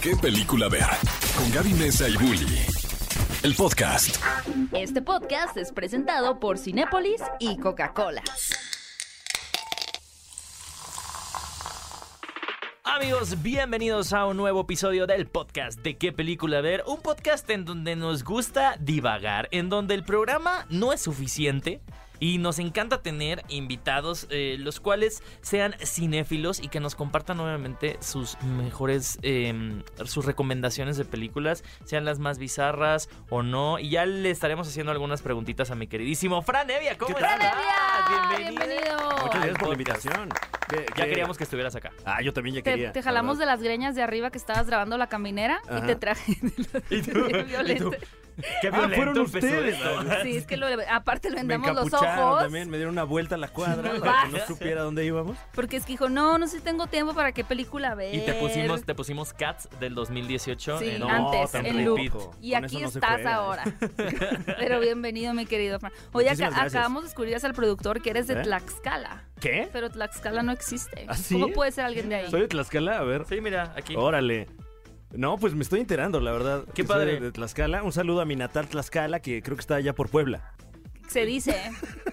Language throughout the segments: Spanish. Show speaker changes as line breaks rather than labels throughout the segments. qué película ver. Con Gaby Mesa y Bully. El podcast.
Este podcast es presentado por Cinépolis y Coca-Cola.
Amigos, bienvenidos a un nuevo episodio del podcast de qué película ver, un podcast en donde nos gusta divagar, en donde el programa no es suficiente. Y nos encanta tener invitados, eh, los cuales sean cinéfilos y que nos compartan obviamente sus mejores, eh, sus recomendaciones de películas, sean las más bizarras o no. Y ya le estaremos haciendo algunas preguntitas a mi queridísimo Fran Evia. ¿Cómo
¿Qué tal?
estás?
Fran Evia,
bienvenido.
Muchas gracias por la
Podcast.
invitación. Que-
Ya
que-
queríamos que estuvieras acá.
Ah, yo también ya
Te,
quería. Ah,
te jalamos de
la
las greñas de arriba que estabas grabando la caminera
Ajá.
y te traje.
¿Y tú?
Qué violento.
Qué
verdad. Ah, fueron
violento empezó
ustedes.
esto.
Sí, es que lo- aparte lo
Me
vendamos los
encapucharon
ojos.
también, me dieron una vuelta a la cuadra para que no supiera dónde íbamos.
Porque es que dijo, no, no sé si tengo tiempo para qué película ver.
Y te pusimos, te pusimos Cats del 2018.
Sí,
en-
No, antes,
tan
en
repeat.
loop. Y
Con
aquí
eso no se
estás
juega.
ahora. Pero bienvenido, mi querido Fran. Oye, acá-
Muchísimas gracias.
acabamos de descubrir al productor que eres de
¿Eh?
Tlaxcala.
¿Qué?
Pero Tlaxcala no existe.
¿Ah, sí?
¿Cómo puede ser alguien de ahí?
Soy de Tlaxcala, a ver.
Sí, mira, aquí.
Órale. No, pues me estoy enterando, la verdad.
Qué
que
padre.
soy de Tlaxcala. Un saludo a mi natal Tlaxcala, que creo que está allá por Puebla.
Se dice. ¿eh?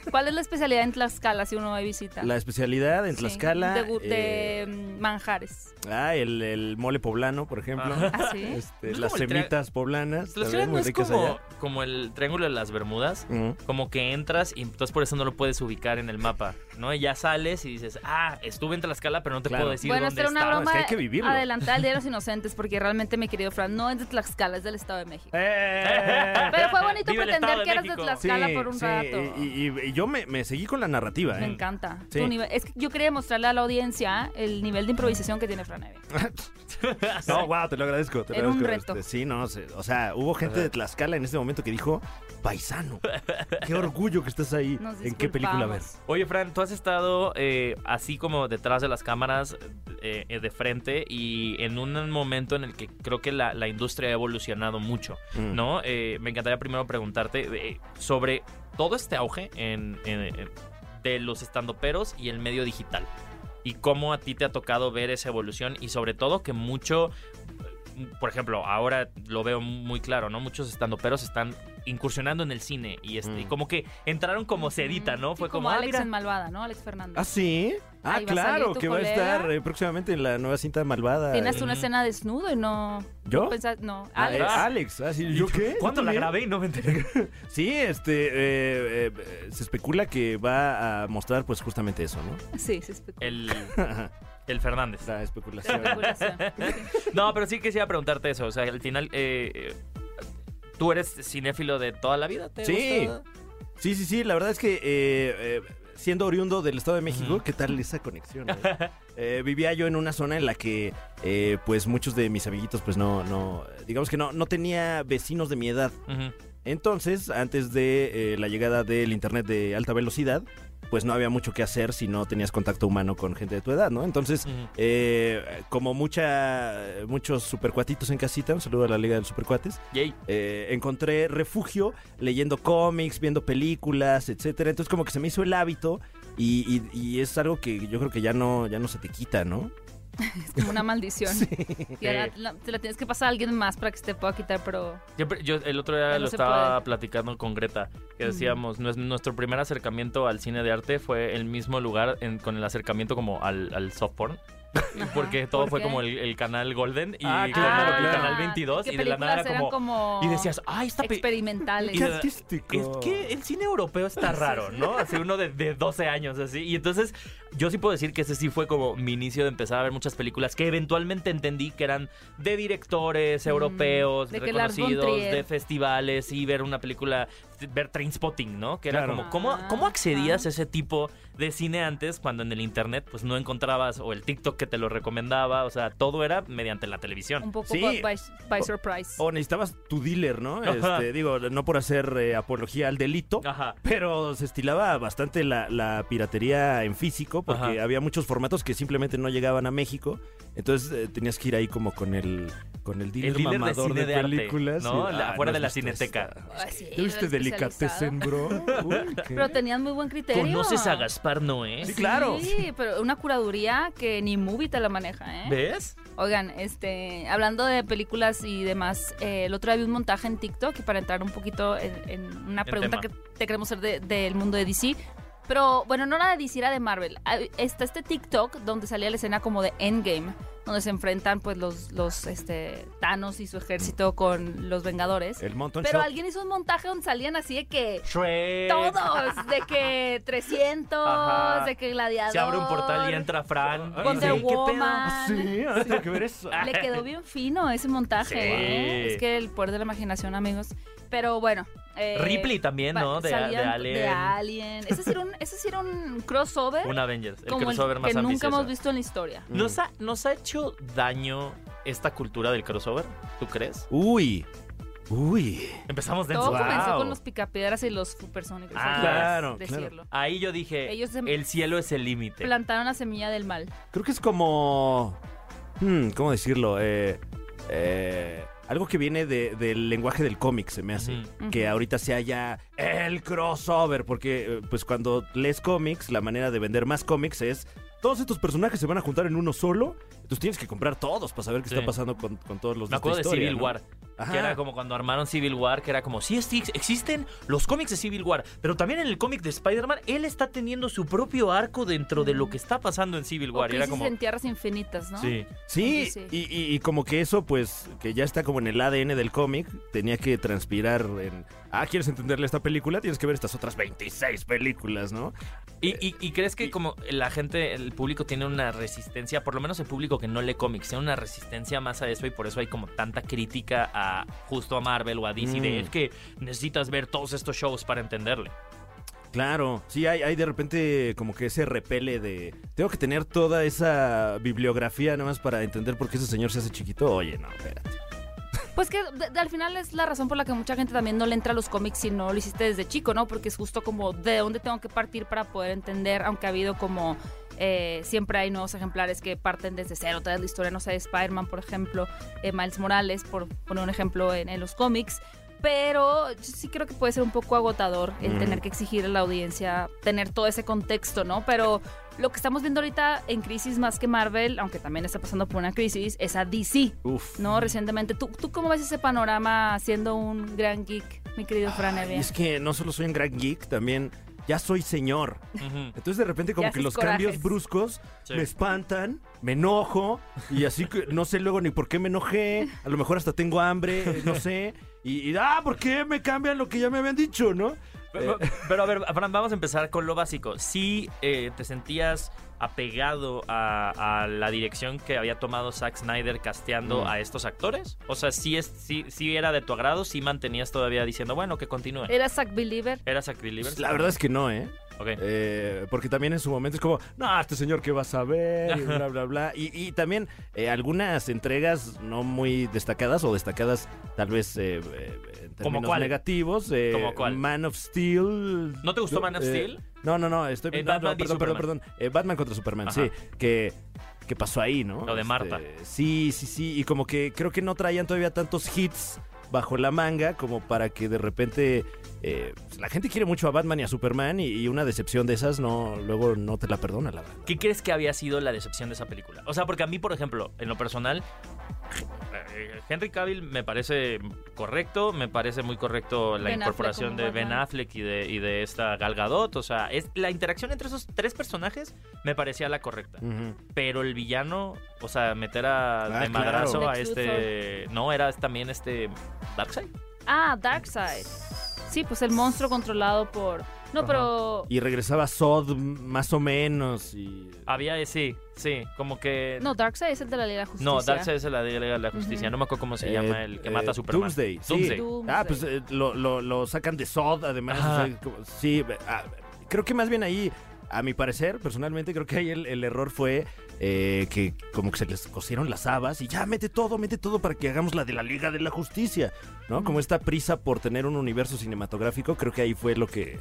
¿Cuál es la especialidad en Tlaxcala si uno va a visita?
La especialidad en
Sí,
Tlaxcala.
de, gu- de,
eh,
mm, manjares.
ah, el, el mole poblano, por ejemplo.
Ajá.
¿Ah, sí?
Este,
Es
las
como el tra-
semitas poblanas.
La
también
ciudad no
muy
es
ricas
como,
allá. Mm.
como el Triángulo de las Bermudas.
Ujú.
Como que entras y entonces por eso no lo puedes ubicar en el mapa, ¿no? Y ya sales y dices, ah, estuve en Tlaxcala, pero no te
Claro.
puedo decir
Bueno, esta
dónde
era una
estaba".
broma
que hay que vivirlo.
adelantada al Día de los Inocentes, porque realmente, mi querido Fran, no es de Tlaxcala, es del Estado de México.
¡Eh!
Pero fue bonito
Vive el
pretender
Estado de
que eras de
México.
Tlaxcala por un rato.
Y, y- y yo me, me seguí con la narrativa,
Me
¿eh?
encanta.
Sí.
Tu nivel- es que yo quería mostrarle a la audiencia el nivel de improvisación que tiene Fran Evia.
No, wow, te lo agradezco. Te lo
Era un
agradezco. Este,
reto.
sí, no, sé, o sea, hubo gente de Tlaxcala en este momento que dijo, paisano, qué orgullo que estás ahí.
Nos
¿En qué película ver?
disculpamos.
Oye, Fran, tú has estado eh, así como detrás de las cámaras, eh, eh, de frente, y en un momento en el que creo que la, la industria ha evolucionado mucho,
Mm.
¿no? Eh, me encantaría primero preguntarte eh, sobre todo este auge en, en- en- de los estandoperos y el medio digital. Y cómo a ti te ha tocado ver esa evolución y sobre todo que mucho mm, por ejemplo, ahora lo veo muy claro, ¿no? Muchos estandoperos están incursionando en el cine y, este,
Mm.
y como que entraron como sedita, ¿no?
Sí,
Fue
como,
como, ah,
Mm, Alex
mira.
en Malvada, ¿no? Alex Fernández.
¿Ah, sí? Ah,
Ahí va a
claro,
salir tu
que va a
colega.
estar eh, próximamente en la nueva cinta malvada.
Tienes
eh,
una
Mm.
escena desnudo y no
¿Yo?
pensás, no,
Ah, eh,
Alex.
Alex. ah, sí, ¿Yo qué?
¿Cuándo
Yo
la
también.
grabé y no me enteré?
Sí, este, eh, eh, eh, se especula que va a mostrar pues justamente eso, ¿no?
Sí, se especula.
El, el Fernández.
La especulación.
especulación.
No, pero sí quisiera preguntarte eso. O sea, al final, eh, eh, ¿tú eres cinéfilo de toda la vida? ¿Te
Sí.
gusta?
Sí, sí, sí, la verdad es que eh, eh, siendo oriundo del Estado de México,
Ujú.
¿qué tal esa conexión? eh? Eh, vivía yo en una zona en la que eh, pues muchos de mis amiguitos pues no, no, digamos que no, no tenía vecinos de mi edad.
Ujú.
Entonces, antes de eh, la llegada del Internet de alta velocidad, pues no había mucho que hacer si no tenías contacto humano con gente de tu edad, ¿no? Entonces,
Ujú.
eh, como mucha, muchos supercuatitos en casita, un saludo a la Liga de los Supercuates,
Yay.
eh, encontré refugio leyendo cómics, viendo películas, etcétera. Entonces como que se me hizo el hábito y, y- y es algo que yo creo que ya no, ya no se te quita, ¿no?
Es como una maldición. Y ahora
Sí.
la- te la tienes que pasar a alguien más para que se te pueda quitar, pero
Siempre- yo el otro día
Ya no
lo
se
estaba
puede.
platicando con Greta, que
Ujú.
decíamos, "Nues- nuestro primer acercamiento al cine de arte fue el mismo lugar en- con el acercamiento como al, al soft porn.
Ajá.
Porque todo
Ah, ¿Por
fue
qué?
como el, el canal Golden y
Ah,
como
claro,
el
claro.
canal 22
¿qué
y de la nada
películas
era
eran
como,
como
Y decías, ah, esta pe-
experimentales.
y de-
artístico.
es que el cine europeo está raro, ¿no? Hace uno de, de 12 años así. Y entonces yo sí puedo decir que ese sí fue como mi inicio de empezar a ver muchas películas que eventualmente entendí que eran de directores
Mm,
europeos,
de que Lars von
reconocidos,
Trier.
de festivales y ver una película, ver Trainspotting, ¿no? Que era
Claro.
como, ¿cómo,
Ah,
¿cómo accedías
ajá.
a ese tipo de cine antes cuando en el internet pues no encontrabas o el TikTok que te lo recomendaba? O sea, todo era mediante la televisión.
un poco
Sí.
by, by- by surprise.
Oh,
O necesitabas tu dealer, ¿no?
Ajá.
Este, digo, no por hacer eh, apología al delito.
Ajá.
Pero se estilaba bastante la, la piratería en físico porque
Ajá.
había muchos formatos que simplemente no llegaban a México. Entonces eh, tenías que ir ahí como con el con el dealer,
El dealer de
mamador
cine
de,
de arte,
películas. ah,
¿no? La- afuera de la
viste
cineteca.
esta.
Ah, sí,
¿Ya viste
era
Delicatessen,
especializado.
bro? Uy, qué-
Pero tenían muy buen criterio.
¿Conoces a Gaspar Noé?
Sí, claro.
Sí, pero una curaduría que ni movie te la maneja, ¿eh?
¿Ves?
Oigan, este, hablando de películas y demás, eh, el otro día vi un montaje en TikTok y para entrar un poquito en, en una
El
pregunta que
tema.
te queremos hacer de- del mundo de DC. Pero bueno, no era de DC, era de Marvel. Ah, Está este TikTok donde salía la escena como de Endgame, donde se enfrentan pues los, los este, Thanos y su ejército con los Vengadores.
El montón
Pero
shot.
alguien hizo un montaje donde salían así de que
Shrek.
todos, de que 300,
Eh. Ajá.
de que Gladiador.
Se abre un portal y entra Fran.
Ah,
Y dice,
Wonder
"Ey, ¿qué pedo?".
Woman.
Sí, ahora tengo que ver eso.
Ah,
Le quedó bien fino ese montaje.
Sí.
¿eh? Es que el poder de la imaginación, amigos. Pero bueno. eh,
Ripley también,
va-
¿no? De, de
salían
Alien.
de Alien. Ese sí era un, ese sí era un crossover.
Un Avengers. El
como el
crossover más
que nunca
ambicioso.
hemos visto en la historia.
Mm.
¿Nos ha, ¿Nos ha hecho daño esta cultura del crossover? ¿Tú crees?
Uy. Uy.
Empezamos denso.
Todo comenzó
Wow.
con los picapiedras y los supersónicos.
Ah,
hay que
claro,
decirlo.
Ahí yo dije,
Ellos se-
el cielo es el límite.
Plantaron la semilla del mal.
Creo que es como. hmm, ¿Cómo decirlo? Eh, eh, algo que viene de- del lenguaje del cómic, se me hace.
Ujú.
Que
Ujú.
ahorita sea ya el crossover. Porque, eh, pues, cuando lees cómics, la manera de vender más cómics es. Todos estos personajes se van a juntar en uno solo. Entonces tienes que comprar todos para saber qué
Sí.
está pasando con, con todos los
Me acuerdo de
esta historia,
Civil
¿no?
War,
Ajá.
que era como cuando armaron Civil War, que era como, sí, sí, existen los cómics de Civil War, pero también en el cómic de Spider-Man, él está teniendo su propio arco dentro de lo que está pasando en Civil
O
War. Y era
crisis
como,
en tierras infinitas, ¿no?
sí,
Sí,
Sí, sí.
y, y- y como que eso, pues, que ya está como en el ADN del cómic, tenía que transpirar en... Ah, ¿quieres entenderle esta película? Tienes que ver estas otras 26 películas, ¿no?
¿Y, y- y crees que
y-
como la gente, el público tiene una resistencia, por lo menos el público que no lee cómics, tiene una resistencia más a eso y por eso hay como tanta crítica a justo a Marvel o a DC de
Mm.
"Es que necesitas ver todos estos shows para entenderle?
Claro, sí, hay, hay de repente como que ese repele de... Tengo que tener toda esa bibliografía nada más para entender por qué ese señor se hace chiquito. Oye, no, espérate.
Pues que de- de- al final es la razón por la que mucha gente también no le entra a los cómics si no lo hiciste desde chico, ¿no? Porque es justo como de dónde tengo que partir para poder entender, aunque ha habido como eh, siempre hay nuevos ejemplares que parten desde cero, toda la historia, no sé, de Spider-Man, por ejemplo, eh, Miles Morales, por poner un ejemplo en, en los cómics. Pero yo sí creo que puede ser un poco agotador el
Mm.
tener que exigir a la audiencia tener todo ese contexto, ¿no? Pero lo que estamos viendo ahorita en crisis más que Marvel, aunque también está pasando por una crisis, es a DC.
Uf.
¿no? Recientemente. ¿Tú, ¿Tú cómo ves ese panorama siendo un gran geek, mi querido Fran
Ay,
Evia?
es que no solo soy un gran geek, también ya soy señor.
Ujú.
Entonces de repente como
Ya
que
haces
los
corajes.
cambios bruscos
Sí.
me espantan, me enojo y así que no sé luego ni por qué me enojé, a lo mejor hasta tengo hambre, no sé, y, y, ah, ¿por qué me cambian lo que ya me habían dicho, no?
Pero,
Eh.
pero, a ver, Fran, vamos a empezar con lo básico. Si te sentías apegado a, a la dirección que había tomado Zack Snyder casteando
Mm.
a estos actores, o sea, si es, sí- sí era de tu agrado, si mantenías todavía diciendo, bueno, que continúe.
¿Eras Zack Believer?
¿Era Zack Believer?
Pues, la verdad es que no, ¿eh?
Ok.
Eh, Porque también en su momento es como, no, este señor que va a saber, y bla, bla, bla. Y, y también eh, algunas entregas no muy destacadas o destacadas tal vez eh, eh, en términos
¿Como cuál?
negativos. eh,
¿Como cuál?
Man of Steel.
¿No te gustó
Yo-
Man of
eh,
Steel?
No, no, no, estoy...
Eh,
no, no,
Batman v
perdón, perdón,
Superman.
perdón. Eh, Batman contra Superman,
Ajá.
sí. Que, que pasó ahí, ¿no?
Lo de
Este,
Marta.
sí, sí, sí. Y como que creo que no traían todavía tantos hits bajo la manga como para que de repente... eh, pues, la gente quiere mucho a Batman y a Superman y, y una decepción de esas no luego no te la perdona, la verdad.
¿Qué crees que había sido la decepción de esa película? O sea, porque a mí, por ejemplo, en lo personal, eh, Henry Cavill me parece correcto, me parece muy correcto la
Ben Affleck
incorporación
como
de Ben
Batman.
Affleck y de, y de esta Gal Gadot. O sea, es, la interacción entre esos tres personajes me parecía la correcta.
Ujú.
Pero el villano, o sea, meter a
Mm. Ah,
de madrazo
claro.
a
Lex
este... No, era también este... Darkseid.
Ah, Darkseid. Sí, pues el monstruo controlado por... No,
Ajá.
pero...
Y regresaba Sod m- más o menos y...
Había, eh, sí, sí, como que...
No, Darkseid es el de la Liga de la Justicia.
No, Darkseid es la de la justicia.
Ujú.
No me acuerdo cómo se
Eh,
llama el que
eh,
mata a Superman.
Doomsday, sí.
Doomsday.
Doomsday.
Ah, pues eh, lo, lo- lo sacan de Sod, además.
Ajá.
o sea, como- sí, eh, ah, creo que más bien ahí, a mi parecer, personalmente, creo que ahí el, el error fue eh, que como que se les cosieron las habas y ya, mete todo, mete todo para que hagamos la de la Liga de la Justicia, ¿no? Como esta prisa por tener un universo cinematográfico, creo que ahí fue lo que,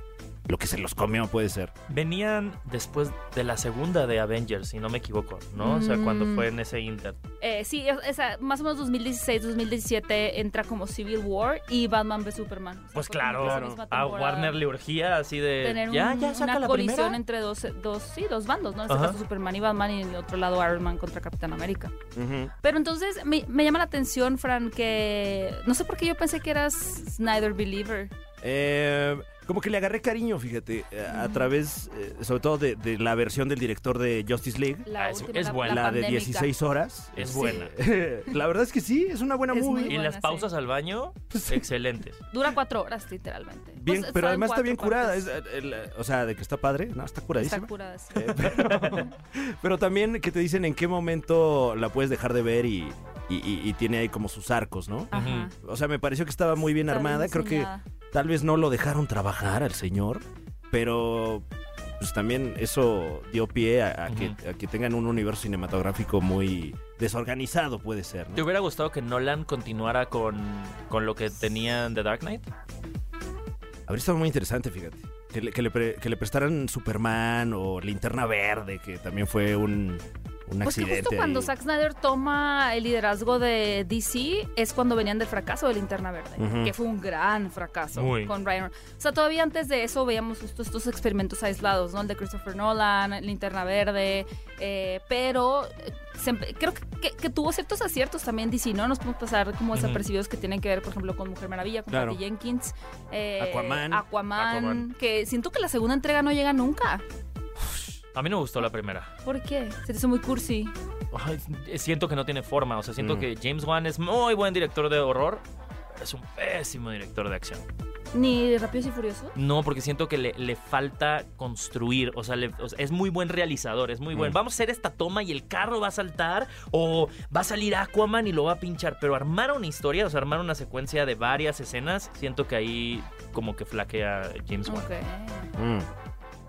lo que se los comió puede ser.
Venían después de la segunda de Avengers, si no me equivoco, ¿no? O sea, cuando
Mm.
fue en ese inter.
Eh, sí, es- esa- más o menos 2016, 2017 entra como Civil War y Batman v Superman. O sea,
Pues
fue como
claro,
que esa misma
a
temporada.
Warner le urgía así de.
tener un-
ya, ya, saca
una
la
colisión
primera.
entre dos, dos, sí, dos bandos, ¿no? En este
Ajá.
caso Superman y Batman y en el otro lado Iron Man contra Capitán América. Pero entonces me, me llama la atención, Fran, que no sé por qué yo pensé que eras Snyder Believer.
Eh, como que le agarré cariño, fíjate, eh, a través, eh, sobre todo de, de la versión del director de Justice League,
La
Ah, es-
última,
es
la-
buena.
Pues la
la de
pandémica.
16 horas.
Es
Sí.
buena.
la verdad es que sí, es una buena
Es muy
movie.
Y
buena,
las
sí.
pausas al baño, excelentes.
Dura cuatro horas, literalmente.
Bien,
Pues,
pero
fueron
además está
cuatro
bien curada.
partes.
es, eh, el- o sea, de que está padre, no, está curadísima.
Está curada, sí.
Eh, pero, pero también que te dicen en qué momento la puedes dejar de ver y, y- y- y tiene ahí como sus arcos, ¿no?
Ajá.
O sea, me pareció que estaba muy bien
Está
armada. Creo que
diseñada.
tal vez no lo dejaron trabajar al señor, pero pues también eso dio pie a, a que, a que tengan un universo cinematográfico muy desorganizado, puede ser. ¿no?
¿Te hubiera gustado que Nolan continuara con, con lo que tenían The Dark Knight?
Habría estado muy interesante, fíjate. Que le, que le pre- que le prestaran Superman o Linterna Verde, que también fue un, un
Pues que
accidente.
justo cuando
ahí.
Zack Snyder toma el liderazgo de DC es cuando venían del fracaso de Linterna Verde,
Ujú.
que fue un gran fracaso
Muy.
con Ryan. Reynolds. O sea, todavía antes de eso veíamos justo estos experimentos aislados, ¿no? El de Christopher Nolan, Linterna Verde, eh, pero eh, se empe- creo que, que- que tuvo ciertos aciertos también DC, ¿no? Nos podemos pasar como
Ujú.
desapercibidos que tienen que ver, por ejemplo, con Mujer Maravilla, con
Claro.
Patty Jenkins, eh,
Aquaman.
Aquaman,
Aquaman.
que siento que la segunda entrega no llega nunca.
A mí no me gustó la primera.
¿Por qué? Se te hizo muy cursi.
Ay, siento que no tiene forma. O sea, siento
Mm.
que James Wan es muy buen director de horror. pero Es un pésimo director de acción.
Ni Rápidos y Furiosos.
No, porque siento que le, le falta construir. O sea, le- o sea, es muy buen realizador, es muy buen.
Mm.
Vamos a hacer esta toma y el carro va a saltar o va a salir Aquaman y lo va a pinchar. Pero armar una historia, o sea, armar una secuencia de varias escenas, siento que ahí como que flaquea James Wan.
Ok.
Mm.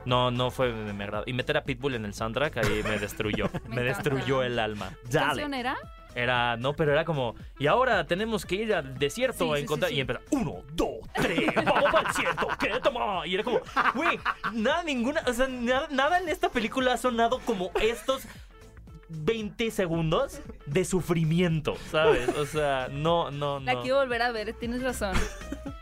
No, no fue de mi agrado. Y meter a Pitbull en el soundtrack ahí me destruyó.
encanta.
me destruyó el alma.
canción era?
Era, no, pero era como, y ahora tenemos que ir al desierto
Sí,
a
sí,
encontrar.
sí,
Y
sí.
empieza, uno, dos, tres, vamos al desierto, ¿qué toma? Y era como, güey, nada, ninguna, o sea, nada, nada en esta película ha sonado como estos 20 segundos de sufrimiento, ¿sabes? O sea, no, no, no.
La quiero volver a ver, tienes razón.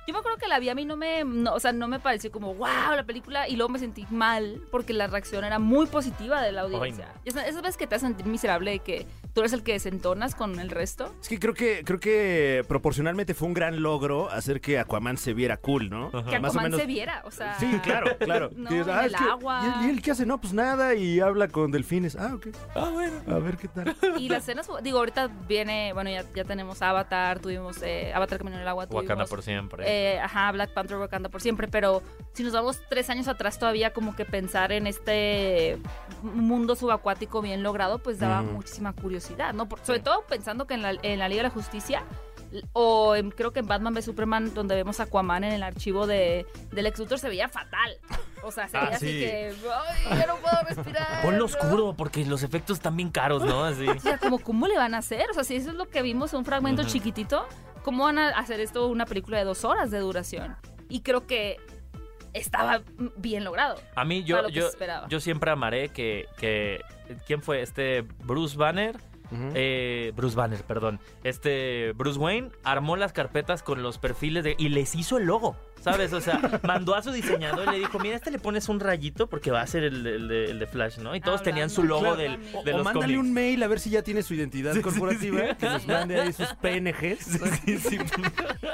Yo me acuerdo que la vi a mí no me, no, o sea, no me pareció como wow la película y luego me sentí mal porque la reacción era muy positiva de la audiencia.
Ay,
Ya sabes, Esas veces que te haces sentir miserable de que tú eres el que desentonas con el resto.
Es que creo que creo que proporcionalmente fue un gran logro hacer que Aquaman se viera cool, ¿no?
Ajá.
Que
Más o
Aquaman
menos-
se viera, o sea.
Sí, claro, claro.
No,
Que, "Ah,
en el
es que-
agua.
¿y él, y él qué hace? No, pues nada, y habla con delfines. Ah, ok.
Ah, bueno.
A ver qué tal.
Y las escenas, digo, ahorita viene, bueno, ya, ya tenemos Avatar, tuvimos eh, Avatar Camino en el Agua, tuvimos
Wakanda por siempre.
Eh, ajá, Black Panther Wakanda por siempre, pero si nos vamos tres años atrás todavía como que pensar en este mundo subacuático bien logrado, pues daba
Ujú.
muchísima curiosidad, ¿no? Por- sobre todo pensando que en la, en la Liga de la Justicia l- o en- creo que en Batman v Superman donde vemos a Aquaman en el archivo de, del ex Luthor se veía fatal. O sea, se
Ah,
veía así
sí.
que, ay, ya no puedo respirar.
Ponlo
¿no?
oscuro, porque los efectos están bien caros, ¿no? Así.
O sea, como, ¿cómo le van a hacer? O sea, si eso es lo que vimos, un fragmento
Ujú.
chiquitito, ¿cómo van a hacer esto una película de dos horas de duración? Y creo que estaba mm, bien logrado.
A mí, yo,
para lo que
yo,
se esperaba.
yo siempre amaré que, que. ¿Quién fue? Este Bruce Banner. Eh, Bruce Banner, perdón. Este Bruce Wayne armó las carpetas con los perfiles de, y les hizo el logo, ¿sabes? O sea, mandó a su diseñador y le dijo, mira, este le pones un rayito porque va a ser el, de- el de, el de Flash, ¿no? Y todos
Hablando.
tenían su logo
Claro.
del,
O-
de
o
los
mándale
cómics.
un mail a ver si ya tiene su identidad corporativa. Que nos
Sí.
mande ahí sus PNGs.
Sí, sí,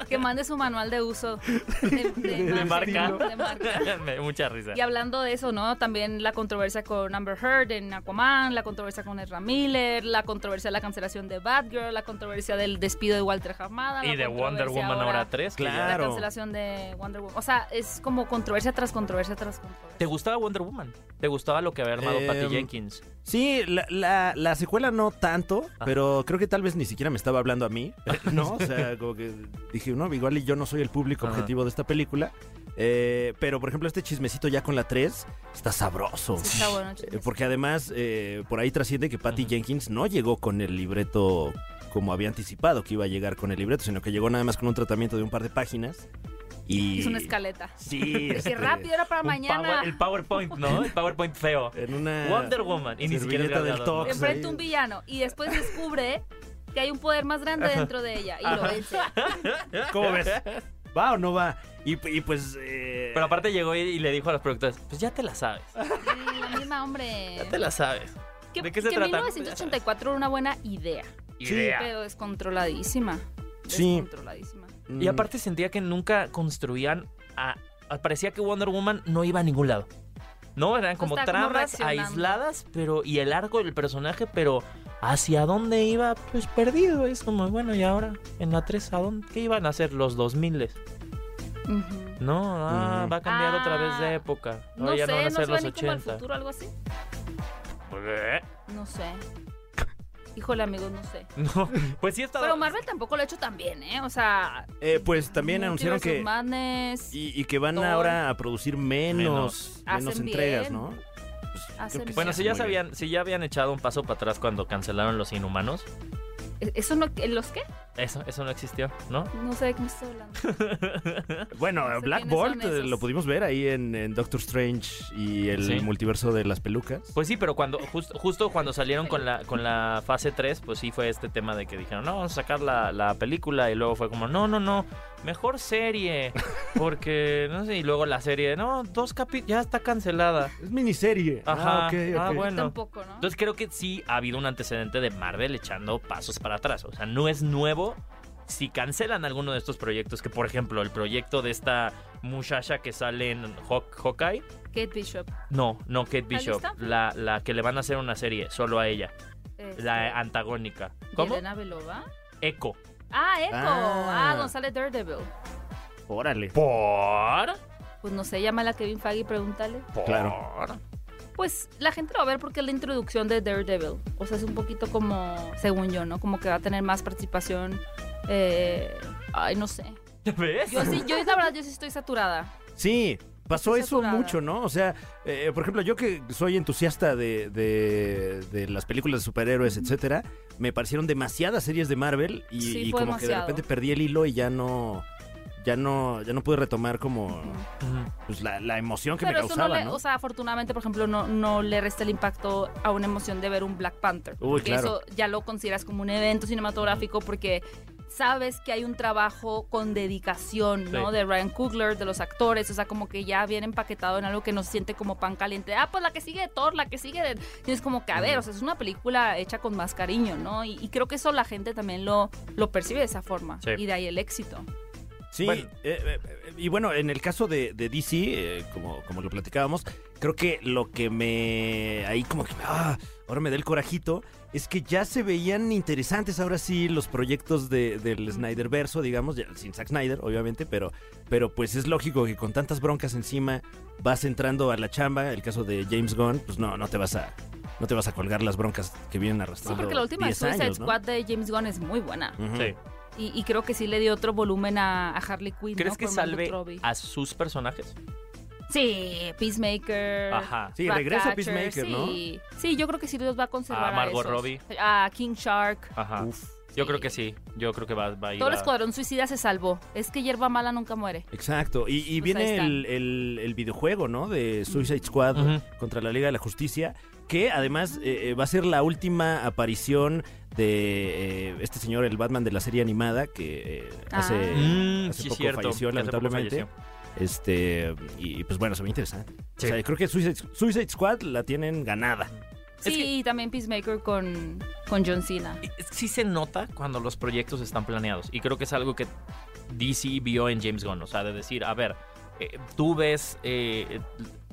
Que mande su manual de uso de, de
de marca.
de marca.
Me dio mucha risa.
Y hablando de eso, ¿no? También la controversia con Amber Heard en Aquaman, la controversia con Ezra Miller, la controversia de la cancelación de Batgirl, la controversia del despido de Walter Hamada. la
Y de Wonder
controversia
Woman ahora 3. que ya-
La
Claro.
cancelación de Wonder Woman. O sea, es como controversia tras controversia tras controversia.
¿Te gustaba Wonder Woman? ¿Te gustaba lo que había armado
Em,
Patty Jenkins?
Sí, la, la- la secuela no tanto,
Ah. Eh,
pero creo que tal vez ni siquiera me estaba hablando a mí, ¿no? O sea, como que dije, no, igual y yo no soy el público
Ajá.
objetivo de esta película. Eh, pero, por ejemplo, este chismecito ya con la 3 está sabroso.
Sí, está bueno,
Eh,
chismes.
Porque además, eh, por ahí trasciende que Patty
Ujú.
Jenkins no llegó con el libreto como había anticipado que iba a llegar con el libreto, sino que llegó nada más con un tratamiento de un par de páginas. Y,
Es una escaleta.
Sí,
Que
este,
rápido era para
Un
mañana.
power- el PowerPoint, ¿no? El PowerPoint feo.
En una
Wonder Woman. Y ni siquiera es
servilleta del
ganador,
Tox.
Enfrenta
ahí.
un villano y después descubre que hay un poder más grande dentro de ella y lo vence.
¿Cómo ves? ¿Va o no va? Y, y pues. eh,
Pero aparte llegó y, y le dijo a las productoras, pues ya te la sabes,
Ah,
Mm, La misma, hombre.
ya te la sabes.
Que,
¿De qué se
que
trata?
1984 era una buena idea,
Sí.
Idea.
pero descontroladísima.
Sí.
Descontroladísima.
mm,
Y aparte sentía que nunca construían a... a- Parecía que Wonder Woman no iba a ningún lado. No, eran como
estaba como
tramas
reaccionando.
aisladas, pero... Y el arco del personaje, pero... ¿Hacia dónde iba? Pues perdido. Es como, bueno, ¿y ahora? En la 3, ¿a dónde? ¿Qué iban a hacer los 2000?
Ujú.
No, ah,
Mm.
va a cambiar otra vez
Ah,
de época.
No
Ahora ya no van
sé,
a
no,
ser
se va
los
ni como al
80.
futuro, algo así.
Bleh.
No sé. Híjole, amigos, no sé.
No, pues sí está...
Pero Marvel tampoco lo ha hecho tan bien, ¿eh? O sea.
eh, pues también anunciaron
Multiverse
que.
of Madness,
Y, y que van
Thor.
ahora a producir menos,
Menos.
menos,
Hacen
entregas,
bien.
¿no? Pues, creo
Hacen
que
bien.
Bueno,
sí,
si ya,
muy bien.
sabían, si ya habían echado un paso para atrás cuando cancelaron Los Inhumanos,
E-, ¿Eso no, ¿Los qué?
eso, eso no existió, ¿no?
No sé de qué me estoy hablando.
Bueno,
No sé
Black
quiénes son
Bolt eh,
esos.
lo pudimos ver ahí en, en Doctor Strange y el
Sí.
multiverso de las pelucas.
Pues sí, pero cuando justo, justo cuando salieron con la, con la fase 3, pues sí fue este tema de que dijeron, no, vamos a sacar la, la película. Y luego fue como, no, no, no, mejor serie. Porque, no sé, y luego la serie, no, dos capítulos, ya está cancelada.
Es miniserie.
Ajá,
Ah, ok, ok.
ah, bueno.
Tampoco, ¿no?
Entonces creo que sí ha habido un antecedente de Marvel echando pasos para atrás. O sea, no es nuevo. Si cancelan alguno de estos proyectos, que por ejemplo el proyecto de esta muchacha que sale en Hawk- Hawkeye,
Kate Bishop.
no, no Kate Bishop,
Stanford?
la, la que le van a hacer una serie solo a ella,
este,
la antagónica. ¿Cómo?
Yelena Belova.
Echo.
Ah, Echo.
Ah.
Ah, González Daredevil.
Órale.
¿Por?
Pues no sé, llámala a Kevin Feige y pregúntale.
¿Por?
Claro.
Pues la gente lo va a ver porque es la introducción de Daredevil. O sea, es un poquito como, según yo, ¿no? Como que va a tener más participación. eh, ay, no sé.
¿Ves?
Yo sí, yo la verdad, yo sí estoy saturada.
Sí, pasó
Estoy
eso
saturada.
mucho, ¿no? O sea, eh, por ejemplo, yo que soy entusiasta de, de- de las películas de superhéroes, etcétera, me parecieron demasiadas series de Marvel y,
Sí,
y
fue
como que de
demasiado.
repente perdí el hilo y ya no, ya no, ya no pude retomar como
Ujú.
pues, la, la emoción que
Pero
me
eso no
causaba,
le,
¿no?
o sea, afortunadamente, por ejemplo, no, no le resta el impacto a una emoción de ver un Black Panther.
Uy,
Que
claro.
Eso ya lo consideras como un evento cinematográfico porque sabes que hay un trabajo con dedicación, ¿no?
Sí.
De Ryan Coogler, de los actores, o sea, como que ya viene empaquetado en algo que nos siente como pan caliente. Ah, pues la que sigue de Thor, la que sigue de... Tienes como que, a ver, o sea, es una película hecha con más cariño, ¿no? Y, y creo que eso la gente también lo, lo percibe de esa forma.
Sí.
Y de ahí el éxito.
Sí,
Bueno.
eh, eh, eh, y bueno, en el caso de, de DC, eh, como, como lo platicábamos, creo que lo que me. Ahí como que. ah, ahora me da el corajito. Es que ya se veían interesantes ahora sí los proyectos de- del Snyder verso, digamos, ya sin Zack Snyder, obviamente, pero, pero pues es lógico que con tantas broncas encima vas entrando a la chamba. El caso de James Gunn, pues no, no te vas a. No te vas a colgar las broncas que vienen
Sí,
arrastrando.
porque la última de
10
Suicide
años, ¿no?
Squad de James Gunn es muy buena.
Ujú.
Sí.
Y, y creo que sí le dio otro volumen a, a Harley Quinn.
¿Crees
¿no?
que
Con Margot
salve
Robbie.
a sus personajes?
Sí, Peacemaker.
Ajá.
Sí, regresa
Ratcatcher,
Peacemaker, ¿no?
sí. Sí, yo creo que sí los va a conservar.
A Margot
esos.
Robbie.
A King Shark.
Ajá.
Uf,
Yo creo que sí. Yo creo que va, va a ir
Todo el
a-
escuadrón suicida se salvó. Es que hierba mala nunca muere.
Exacto, y, y
Pues ahí
viene
está.
el, el- el videojuego, ¿no? De Suicide Squad
Ujú.
contra la Liga de la Justicia, que además eh, eh, va a ser la última aparición de eh, este señor, el Batman de la serie animada, que eh,
Ah.
hace,
Mm,
hace
sí,
poco
cierto,
falleció,
que hace poco
lamentablemente. Este, y, y, pues bueno, se ve interesante.
Sí.
O sea, creo que Suicide, Suicide Squad la tienen ganada.
Sí, y también Peacemaker con, con John Cena.
Y Sí se nota cuando los proyectos están planeados. Y creo que es algo que DC vio en James Gunn. O sea, de decir, a ver, eh, tú ves eh,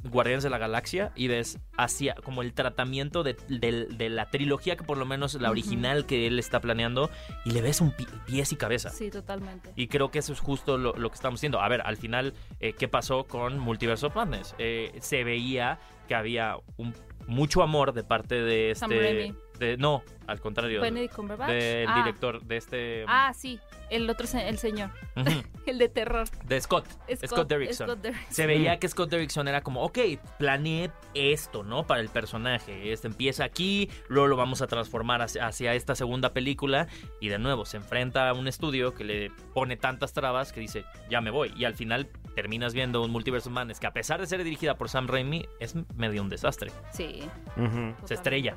Guardianes de la Galaxia y ves hacia como el tratamiento de, del- de la trilogía, que por lo menos la
Ujú.
original que él está planeando, y le ves un pi- pies y cabeza.
Sí, totalmente.
Y creo que eso es justo lo, lo que estamos diciendo. A ver, al final, eh, ¿qué pasó con Multiverse of Madness? Eh, se veía que había un mucho amor de parte de este.
Sam Raimi.
de- no, al contrario.
Benedict Cumberbatch.
Del
ah,
director, de este.
Ah, sí, el otro, se- el señor,
ujú,
el de terror.
de Scott. Scott, Derrickson.
Scott Derrickson.
Se veía que Scott Derrickson era como, ok, planeé esto, ¿no? Para el personaje. Este empieza aquí, luego lo vamos a transformar hacia, hacia esta segunda película. Y de nuevo, se enfrenta a un estudio que le pone tantas trabas que dice, ya me voy. Y al final terminas viendo un Multiverse of Madness que a pesar de ser dirigida por Sam Raimi, es medio un desastre.
Sí.
Ujú.
Se estrella.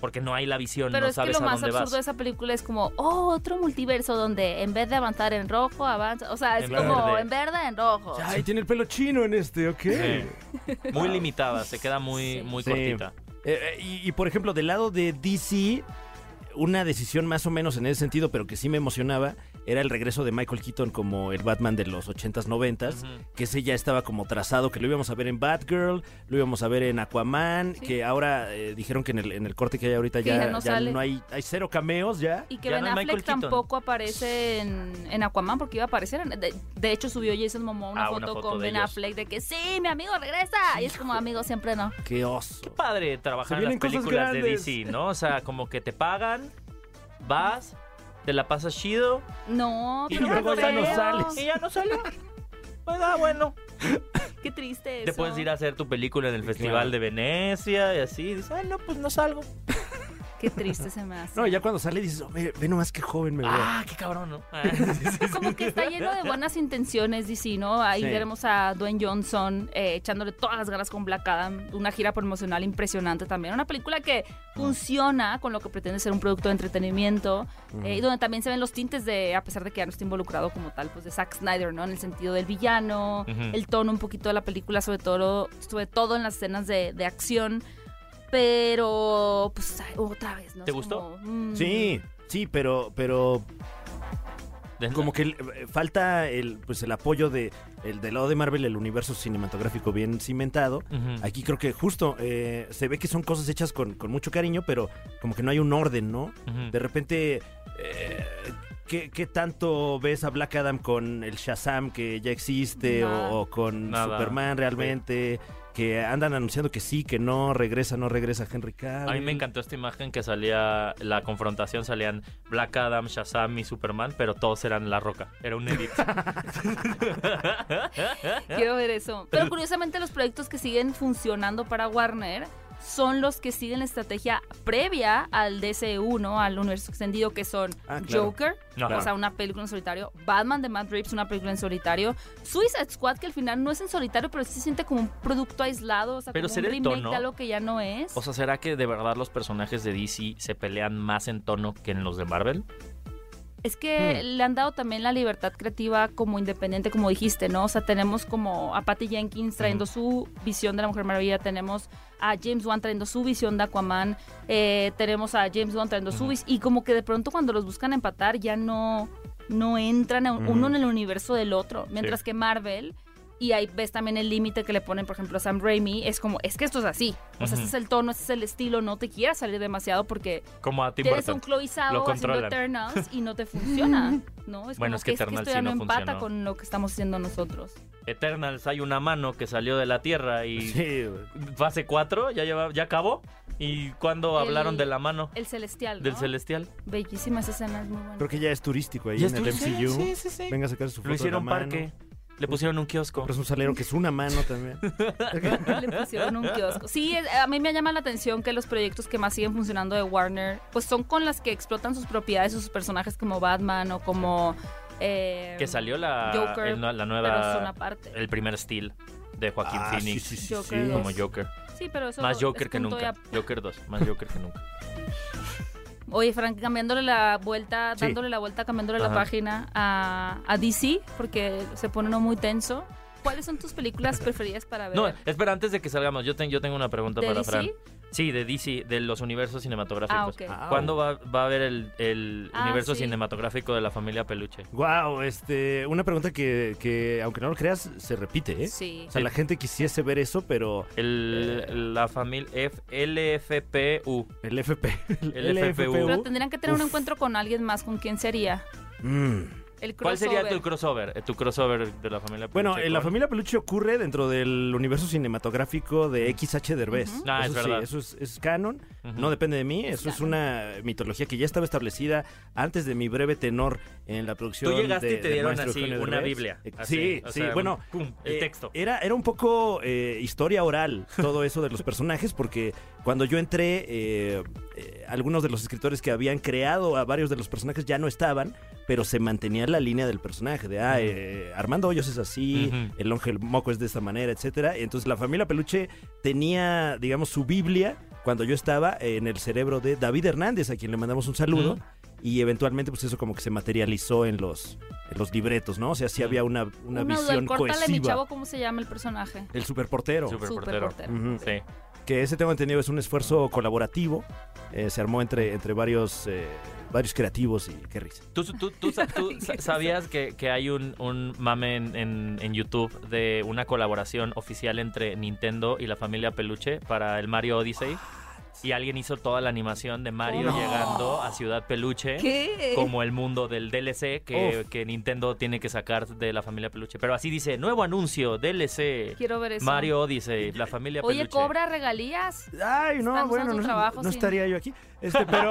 Porque no hay la visión,
Pero
no
es que
sabes
lo
a
más
dónde
absurdo
vas.
de esa película es como, oh, otro multiverso donde en vez de avanzar en rojo, avanza. O sea, es
En
como
verde.
en verde, en rojo.
Ay, tiene el pelo chino en este, ok.
Sí. Muy limitada, se queda muy,
Sí.
muy
Sí.
cortita.
Eh, eh, y, y, por ejemplo, del lado de DC, una decisión más o menos en ese sentido, pero que sí me emocionaba, era el regreso de Michael Keaton como el Batman de los 80s, 90s,
Ujú.
que ese ya estaba como trazado, que lo íbamos a ver en Batgirl, lo íbamos a ver en Aquaman, que ahora eh, dijeron que en el, en el corte que hay ahorita
Que
ya,
ya no
ya
sale.
no hay, hay cero cameos ya.
Y que
Ya
Ben
no hay Michael
Affleck
Keaton.
tampoco aparece en, en Aquaman porque iba a aparecer. en- de, de hecho, subió Jason Momoa una,
Ah, una
foto,
foto
con
de
Ben
ellos.
Affleck de que sí, mi amigo regresa. Y es como amigo, siempre no.
¡Qué oso!
padre trabajar en
Se
las
vienen cosas
películas de
grandes.
DC, ¿no? O sea, como que te pagan, vas, te la pasas chido
No,
Y
pero
luego
bueno,
ya no
pero-
sales.
y ya no salió. Pues ah, bueno.
Qué triste.
Te
eso.
puedes ir a hacer tu película en el Festival
Claro.
de Venecia y así. Dices, ay, no, pues no salgo.
Qué triste se me hace.
No, ya cuando sale dices, "Oh, ve, ve nomás qué joven me veo.
Ah, qué cabrón, ¿no? Ah,
Como que está lleno de buenas intenciones, DC, ¿no? Ahí
Sí.
veremos a Dwayne Johnson eh, echándole todas las ganas con Black Adam, una gira promocional impresionante también. Una película que funciona con lo que pretende ser un producto de entretenimiento eh, y donde también se ven los tintes de, a pesar de que ya no está involucrado como tal, pues de Zack Snyder, ¿no? En el sentido del villano,
Ujú.
el tono un poquito de la película, sobre todo, sobre todo en las escenas de, de acción. Pero, pues, ay, otra vez, ¿no?
¿Te
Es
gustó?
como, mm,
Sí, sí, pero, pero como que eh, falta el, pues, el apoyo de el del lado de Marvel, el universo cinematográfico bien cimentado.
Ujú.
Aquí creo que justo eh, se ve que son cosas hechas con, con mucho cariño, pero como que no hay un orden, ¿no?
Ujú.
De repente, eh, ¿qué, qué tanto ves a Black Adam con el Shazam que ya existe o-
Nada.
o, con
Nada.
Superman realmente? Que andan anunciando que sí, que no, regresa, no regresa Henry Cavill.
A mí me encantó esta imagen que salía, la confrontación salían Black Adam, Shazam y Superman, pero todos eran La Roca. Era un edit.
Quiero ver eso. Pero curiosamente los proyectos que siguen funcionando para Warner son los que siguen la estrategia previa al DC1, al universo extendido, que son
Ah, claro.
Joker,
Ajá.
o sea, una película en solitario, Batman de Matt Reeves, una película en solitario, Suicide Squad, que al final no es en solitario, pero sí se siente como un producto aislado, o sea,
Pero
como un
será el
remake
tono.
de algo que ya no es.
O sea, ¿será que de verdad los personajes de DC se pelean más en tono que en los de Marvel?
Es que
Hmm.
le han dado también la libertad creativa como independiente, como dijiste, ¿no? O sea, tenemos como a Patty Jenkins trayendo su visión de la Mujer Maravilla, tenemos a James Wan trayendo su visión de Aquaman, eh, tenemos a James Wan trayendo su
Ujú.
visión, y como que de pronto cuando los buscan empatar ya no, no entran a-
Ujú.
uno en el universo del otro, mientras que Marvel... Y ahí ves también el límite que le ponen, por ejemplo, a Sam Raimi. Es como, es que esto es así. O sea,
Ujú.
ese es el tono, ese es el estilo. No te quieras salir demasiado porque
Como a Tim
Tienes
Burton.
un Chloe Zhao
Lo
haciendo
controlan.
Eternals y no te funciona, ¿no? Es
Bueno,
como
es que
esto
Eternals
ya
sí no
no empata
funcionó.
con lo que estamos haciendo nosotros.
Eternals hay una mano que salió de la Tierra y
Sí, güey.
fase 4 ya, lleva, ya acabó. ¿Y cuándo
El-
hablaron de la mano?
El Celestial, ¿no?
Del Celestial.
Bellísima esa escena, es muy buena.
Creo que ya es turístico ahí
Ya
en el
estuvo- sí,
MCU.
Sí, sí, sí.
Venga a sacar su foto
Lo hicieron
de la mano.
parque. Le pusieron un kiosco.
Compras un salero que es una mano también.
Le pusieron un kiosco. Sí, es- a mí me llama la atención que los proyectos que más siguen funcionando de Warner, pues son con las que explotan sus propiedades, sus personajes como Batman o como... eh,
Que salió la,
Joker,
el- la
Pero son
nueva.
aparte.
El primer Steel de Joaquín
Ah, sí,
Phoenix.
sí, sí,
Joker
sí.
dos.
Como Joker.
Sí, pero eso
Más
es
Joker que
punto y
nunca.
aparte.
Joker 2. Más Joker que nunca.
Oye, Frank, cambiándole la vuelta,
Sí.
dándole la vuelta, cambiándole
Ajá.
la página a, a DC, porque se pone uno muy tenso. ¿Cuáles son tus películas preferidas para ver?
No, espera, antes de que salgamos, yo, ten- yo tengo una pregunta
¿De
para
DC?
Fran. Sí, de DC, de los universos cinematográficos.
Ah, ok.
Ah,
¿Cuándo va, va a haber el, el
Ah,
universo
sí.
cinematográfico de la familia Peluche?
Guau, este, una pregunta que, que, aunque no lo creas, se repite, ¿eh?
Sí.
O sea, la gente quisiese ver eso, pero
El,
Eh.
la familia LFPU.
el FP.
El FPU.
Pero tendrían que tener un
Uf.
encuentro con alguien más, ¿con quién sería?
Mm,
El
¿Cuál sería
crossover.
tu crossover? eh, Tu crossover de la familia
Bueno,
Peluche
en la
con-
familia Peluche ocurre dentro del universo cinematográfico de XH Derbez.
Ujú.
Ah, es
eso
verdad.
Sí, eso es, es canon,
Ujú.
no depende de mí, eso es una mitología que ya estaba establecida antes de mi breve tenor en la producción
Tú llegaste
de-
y te
del
dieron
maestro
así
Eugenio
una
Derbez.
Biblia.
Eh,
así,
sí,
o
sí,
sea, un-
bueno,
pum, el
eh,
texto.
Era, era un poco eh, historia oral todo eso de los personajes, porque cuando yo entré, eh, eh, algunos de los escritores que habían creado a varios de los personajes ya no estaban, pero se mantenía la línea del personaje, de ah, eh, Armando Hoyos es así,
Ujú.
el ángel moco es de esta manera, etcétera. Entonces la familia Peluche tenía, digamos, su Biblia cuando yo estaba en el cerebro de David Hernández, a quien le mandamos un saludo.
Ujú.
Y eventualmente, pues eso como que se materializó en los, en los libretos, ¿no? O sea, sí había una, una,
duda,
visión
córtale,
cohesiva.
mi chavo, ¿cómo se llama el personaje?
El superportero.
Superportero.
Superportero.
Ujú.
Sí.
Que ese tengo entendido es un esfuerzo colaborativo. eh, se armó entre, entre varios, eh, varios creativos y qué risa.
¿Tú, tú- tú sa- tú sa- sabías que, que hay un, un mame en, en- en YouTube de una colaboración oficial entre Nintendo y la familia Peluche para el Mario Odyssey? Y alguien hizo toda la animación de Mario
Oh, No.
llegando a Ciudad Peluche.
¿Qué?
Como el mundo del DLC que, que Nintendo tiene que sacar de la familia Peluche. Pero así dice, nuevo anuncio, DLC,
Quiero ver eso.
Mario Odyssey, la familia
Oye,
Peluche.
cobra regalías.
Ay, no,
Están usando
bueno,
su
no,
trabajo
no
sin-
estaría yo aquí. Este, pero.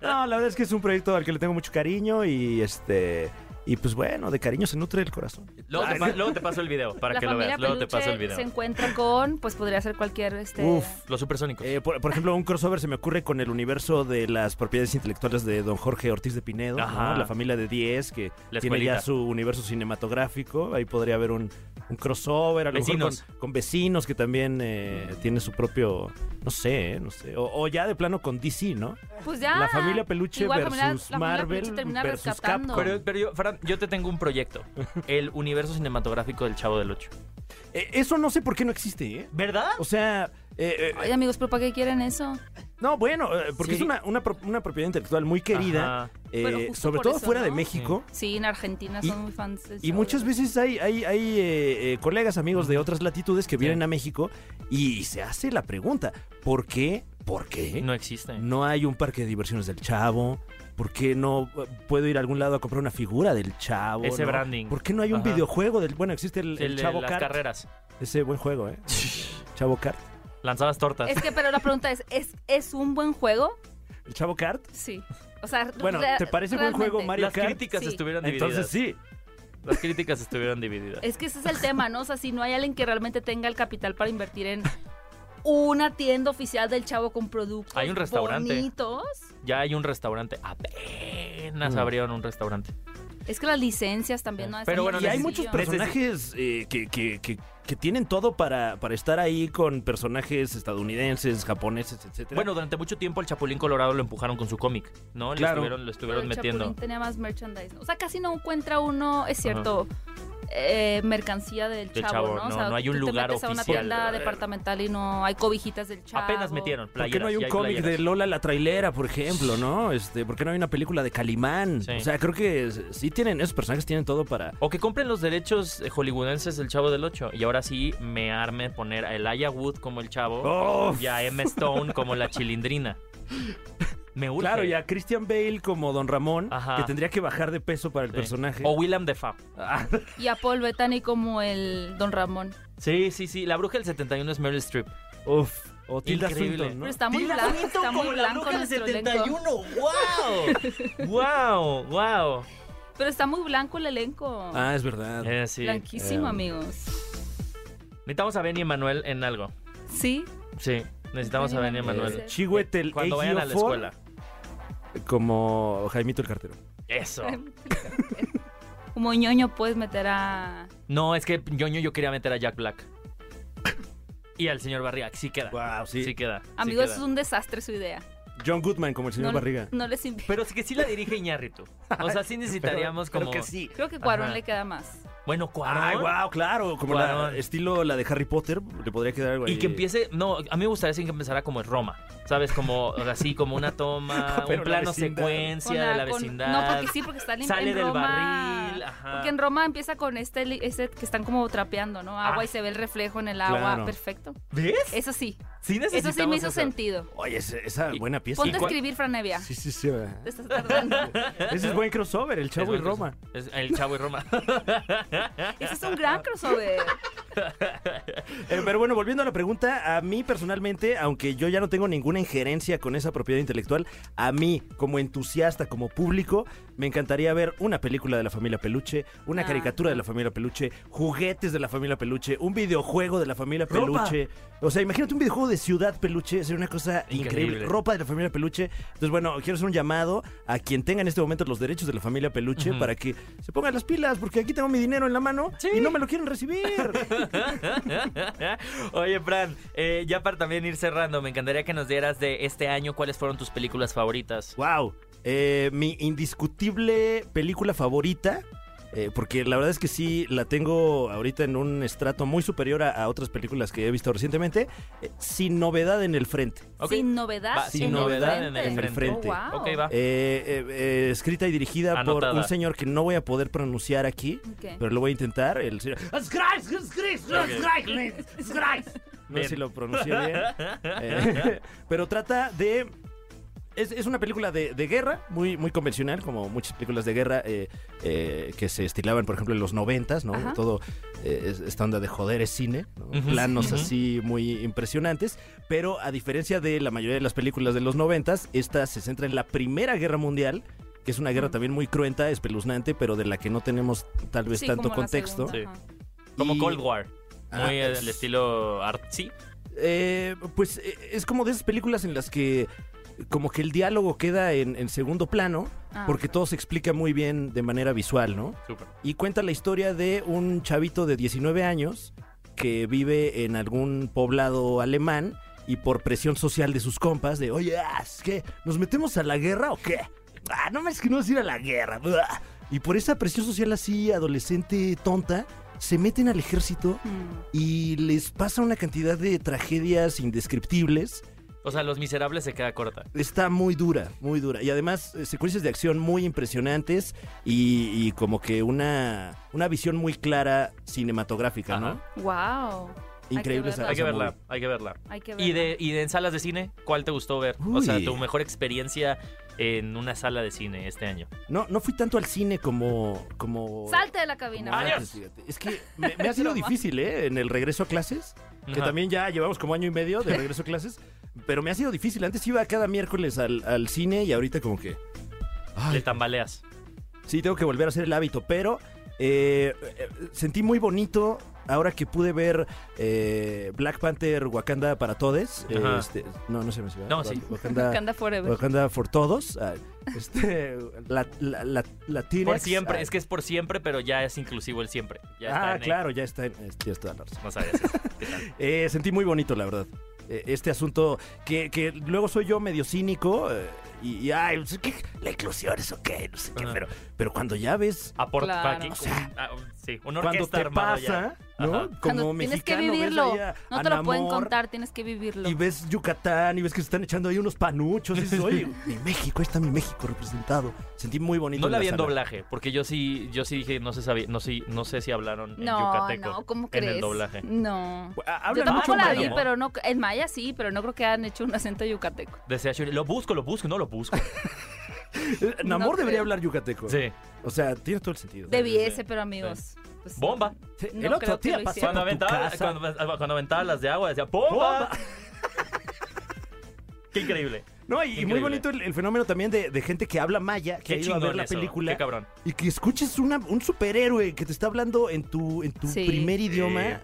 no, la verdad es que es un proyecto al que le tengo mucho cariño y este. Y pues bueno, de cariño se nutre el corazón.
Luego te, pa- luego te paso el video para
la
que lo
familia
veas. Luego te paso el
Peluche
video.
se encuentra con, pues podría ser cualquier este
Uf.
Los supersónicos.
Eh, por, por ejemplo, un crossover se me ocurre con el universo de las propiedades intelectuales de don Jorge Ortiz de Pinedo, ¿no?
Ajá.
la familia de 10, que
La
tiene
escuelita.
ya su universo cinematográfico. Ahí podría haber un, un crossover, a lo mejor
Vecinos. Mm.
con, con vecinos que también eh, tiene su propio, no sé, eh, no sé. O, o ya de plano con DC, ¿no?
Pues ya.
La familia Peluche
Igual
versus
familia- la familia
Marvel
Peluche termina
versus
rescatando.
Capcom.
Pero, pero yo, Fran, yo te tengo un proyecto. El universo cinematográfico del Chavo del Ocho.
Eh, eso no sé por qué no existe, ¿eh?
¿Verdad?
O sea, eh, eh,
Ay, amigos, pero ¿para qué quieren eso?
no, bueno, eh, porque
Sí.
es una, una pro- una propiedad intelectual muy querida,
Ajá.
eh,
Pero justo
sobre
por
todo
eso,
fuera de
¿no?
México.
Sí, en Argentina
Y-
son muy fans. del
Y
show.
muchas veces hay, hay, hay eh, eh, colegas, amigos de otras latitudes que vienen a México y se hace la pregunta, ¿por qué? ¿Por qué?
No existe.
No hay un parque de diversiones del Chavo. ¿Por qué no eh, puedo ir a algún lado a comprar una figura del Chavo?
Ese
¿no?
branding.
¿Por qué no hay un
Ajá.
videojuego del... Bueno, existe el, el
El de
Chavo
las
Kart.
carreras.
Ese buen juego, ¿eh? Chavo Kart.
Lanzabas tortas.
Es que, pero la pregunta es, ¿es, ¿es un buen juego?
¿El Chavo Kart?
Sí. O sea,
Bueno,
re-
¿te parece buen
realmente.
juego, Mario
Las
Kart?
críticas
Sí.
estuvieron divididas.
Entonces sí.
Las críticas estuvieron divididas.
Es que ese es el tema, ¿no? O sea, si no hay alguien que realmente tenga el capital para invertir en una tienda oficial del chavo con productos
Hay un restaurante.
bonitos.
Ya hay un restaurante. Apenas
Mm.
abrieron un restaurante.
Es que las licencias también no
Pero bueno,
Y hay muchos
precios.
personajes eh, que, que- que- que tienen todo para, para estar ahí con personajes estadounidenses, japoneses, etcétera.
Bueno, durante mucho tiempo el Chapulín Colorado lo empujaron con su cómic, ¿no?
Claro.
Lo estuvieron, lo estuvieron
Pero el
metiendo.
Chapulín tenía más merchandise. ¿no? O sea, casi no encuentra uno, es cierto, eh, mercancía del
Del
chavo,
chavo,
¿no?
no,
o sea,
no hay
tú
un
te
lugar
metes a una
oficial.
tienda departamental y no hay cobijitas del chavo.
Apenas metieron.
¿Por
Playeras,
qué no hay un
ya
cómic de
playeras.
Lola la trailera, por ejemplo, no? Este, ¿Por qué no hay una película de Calimán?
Sí.
O sea, creo que s- sí tienen, esos personajes tienen todo para...
O que compren los derechos eh, hollywoodenses del Chavo del Ocho. Y ahora sí me arme poner a Elijah Wood como el Chavo.
¡Oh!
y a M. Stone como la chilindrina. Me urge.
Claro, y a Christian Bale como Don Ramón,
Ajá.
que tendría que bajar de peso para el
Sí. Oh.
personaje.
O William Defoe.
Ah,
Y a Paul Bettany como el Don Ramón.
Sí, sí, sí. La bruja del 71 es Meryl Streep.
uf, o Tilda
Increíble.
Swinton, ¿no?
Pero está muy blanco, está muy blanco nuestro elenco.
¡Wow! ¡Wow! ¡Wow!
Pero está muy blanco el elenco.
Ah, es verdad.
Eh, sí.
Blanquísimo,
Eh,
amigos.
Necesitamos a Benny Emanuel en algo.
Sí.
Sí. Necesitamos a Benny Emanuel.
Eh,
Chihuetel
Cuando vayan a la escuela.
Como Jaimito el Cartero.
Eso.
Como ñoño puedes meter a.
No, es que ñoño yo quería meter a Jack Black. Y al señor Barriga. Sí queda.
Wow,
Sí, queda. sí
Amigos,
queda.
es un desastre su idea.
John Goodman como el señor
no,
Barriga.
No les invito.
Pero sí que sí la dirige Iñárritu. O sea, sí necesitaríamos como...
sí.
Creo que Cuarón
Ajá.
le queda más.
Bueno, Cuarón.
Ay, wow, claro. Como la,
Cuarón.
estilo la de Harry Potter, le podría quedar algo ahí.
Y que empiece, no, a mí me gustaría sí que empezara como en Roma, ¿sabes? Como o sea, así, como una toma,
Pero
un
la
plano
vecindad.
secuencia
Con
de la
con-
vecindad.
No, porque sí, porque está en,
Sale
en
del
Roma.
barril, ajá.
Porque en Roma empieza con este, li- este que están como trapeando, ¿no? Agua
Ah.
y se ve el reflejo en el agua.
Claro.
Perfecto.
¿Ves?
Eso sí.
Sí necesitamos
Eso sí me hizo
eso.
sentido.
Oye, esa, esa
Y-
buena pieza.
Ponte a
cuál-
escribir, Franevia.
Sí, sí, sí. ¿verdad?
Te estás tardando.
Ese es buen crossover, el Chavo y
Es buen
Roma.
crossover. Es el Chavo y Roma.
Ese es un gran crossover.
Eh, pero bueno, volviendo a la pregunta, a mí personalmente, aunque yo ya no tengo ninguna injerencia con esa propiedad intelectual, a mí, como entusiasta, como público, me encantaría ver una película de la familia Peluche, una
Ah.
caricatura de la familia Peluche, juguetes de la familia Peluche, un videojuego de la familia
Ropa.
Peluche. O sea, imagínate un videojuego de Ciudad Peluche, sería una cosa increíble.
Increíble.
Ropa de la familia Peluche. Entonces, bueno, quiero hacer un llamado a quien tenga en este momento los derechos de la familia Peluche
Ujú.
para que se pongan las pilas, porque aquí tengo mi dinero en la mano
Sí.
y no me lo quieren recibir.
Oye, Fran, eh, ya para también ir cerrando, me encantaría que nos dieras de este año cuáles fueron tus películas favoritas.
Wow. Eh, mi indiscutible película favorita. eh, porque la verdad es que sí, la tengo ahorita en un estrato muy superior a, a otras películas que he visto recientemente. eh, sin novedad en el frente.
Ok.
Sin novedad.
Va, sin
en el
novedad en
frente.
el
frente.
Oh,
frente.
wow.
Ok, va.
Eh, eh, eh, escrita y dirigida
Anotada.
por un señor que no voy a poder pronunciar aquí,
Ok.
pero lo voy a intentar. El señor- No
Bien.
sé si lo
Pues
pronuncié bien. Eh, pero trata de. Es, es una película de, de guerra, muy, muy convencional, como muchas películas de guerra eh, eh, que se estilaban, por ejemplo, en los noventas, ¿no?
Ajá.
Todo eh, es- esta onda de joder es cine, ¿no?
Ujú.
planos
Ujú.
así muy impresionantes, pero a diferencia de la mayoría de las películas de los noventas, esta se centra en la Primera Guerra Mundial, que es una guerra también muy cruenta, espeluznante, pero de la que no tenemos tal vez
Sí,
tanto
como la
contexto.
segunda, ajá.
Como
Y-
Cold War.
Ah,
Muy el
es-
estilo artsy.
Eh, pues eh, es como de esas películas en las que como que el diálogo queda en, en segundo plano
Ah,
porque
ok.
todo se explica muy bien de manera visual, ¿no?
Súper.
Y cuenta la historia de un chavito de 19 años que vive en algún poblado alemán y por presión social de sus compas de, oye, ah, es que nos metemos a la guerra o qué? Ah, no me es que no es ir a la guerra. Buah". Y por esa presión social así adolescente tonta, se meten al ejército
Mm.
y les pasa una cantidad de tragedias indescriptibles.
O sea, Los Miserables se queda corta.
Está muy dura, muy dura. Y además, eh, secuencias de acción muy impresionantes y, y como que una, una visión muy clara cinematográfica, ¿no?
Ajá.
Wow. Hay que
Increíble esa-
verla.
Hay que
esa
verla,
movie.
hay que verla.
Hay que
¿Y,
verla.
de, ¿Y de en salas de cine? ¿Cuál te gustó ver? O sea,
Uy.
tu mejor experiencia en una sala de cine este año.
No, no fui tanto al cine como... como
Salte de la
como
cabina.
Adiós.
antes, fíjate. Es que me, me ha sido difícil, ¿eh? En el regreso a clases, que
Ajá.
también ya llevamos como año y medio de regreso a clases, pero me ha sido difícil. Antes iba cada miércoles al, al cine y ahorita como que... ay,
Le tambaleas.
Sí, tengo que volver a hacer el hábito, pero eh, eh, sentí muy bonito ahora que pude ver eh, Black Panther Wakanda para todos. eh,
Ajá.
este, no, no se me olvidó.
No, sí.
Que
Wakanda,
anda forever.
Wakanda for todos. ah, Este, la, la, la, Latinx,
Por siempre,
ah,
es que es por siempre, pero ya es inclusivo el siempre. Ya está
ah,
en el-
claro, ya está. en- es- ya está la razón.
No sabías eso. ¿Qué tal?
Eh, sentí muy bonito, la verdad. eh, este asunto que, que luego soy yo medio cínico eh, y, y, ay, no sé qué, la inclusión es ok, no sé qué,
Ajá.
pero, pero cuando ya ves
Claro.
Aporta para que-
O
sea,
ah, sí, una
cuando
orquesta
te
armada ya.
pasa, ¿no?
Ajá.
Como
Cuando tienes que
mexicano, ves
vivirlo.
ahí a-
No
a
te lo pueden
Namor,
contar, tienes que vivirlo.
Y ves Yucatán y ves que se están echando ahí unos panuchos. Y dices, oye, mi México, ahí está mi México representado. Sentí muy bonito.
No la
en
vi en
sala.
doblaje, porque yo sí, yo sí dije, no se sabía, no sé, no sé si hablaron en
No,
yucateco
no, ¿cómo
en
crees?
el doblaje.
No.
Ah,
Yo
hablan
tampoco
mucho
la
en
vi,
maya.
pero no. En maya sí, pero no creo que hayan hecho un acento yucateco.
Decía Shuri, lo busco, lo busco, no lo busco.
Eh, Namor
No
debería
creo.
hablar yucateco.
Sí.
O sea, tiene todo el sentido.
Debiese, pero amigos. pues,
Bomba.
Sí,
no
el otro
creo que
día
lo
pasé
Cuando
por tu
aventaba,
casa.
cuando, cuando aventaba las de agua, decía ¡Bomba! Qué increíble.
No, y, y muy
Increíble.
bonito el, el fenómeno también de, de gente que habla maya, que
Qué
ha ido a ver
chingón
la
eso,
película
Qué cabrón.
y que escuches una- un superhéroe que te está hablando en tu, en tu
Sí.
primer idioma.
Eh,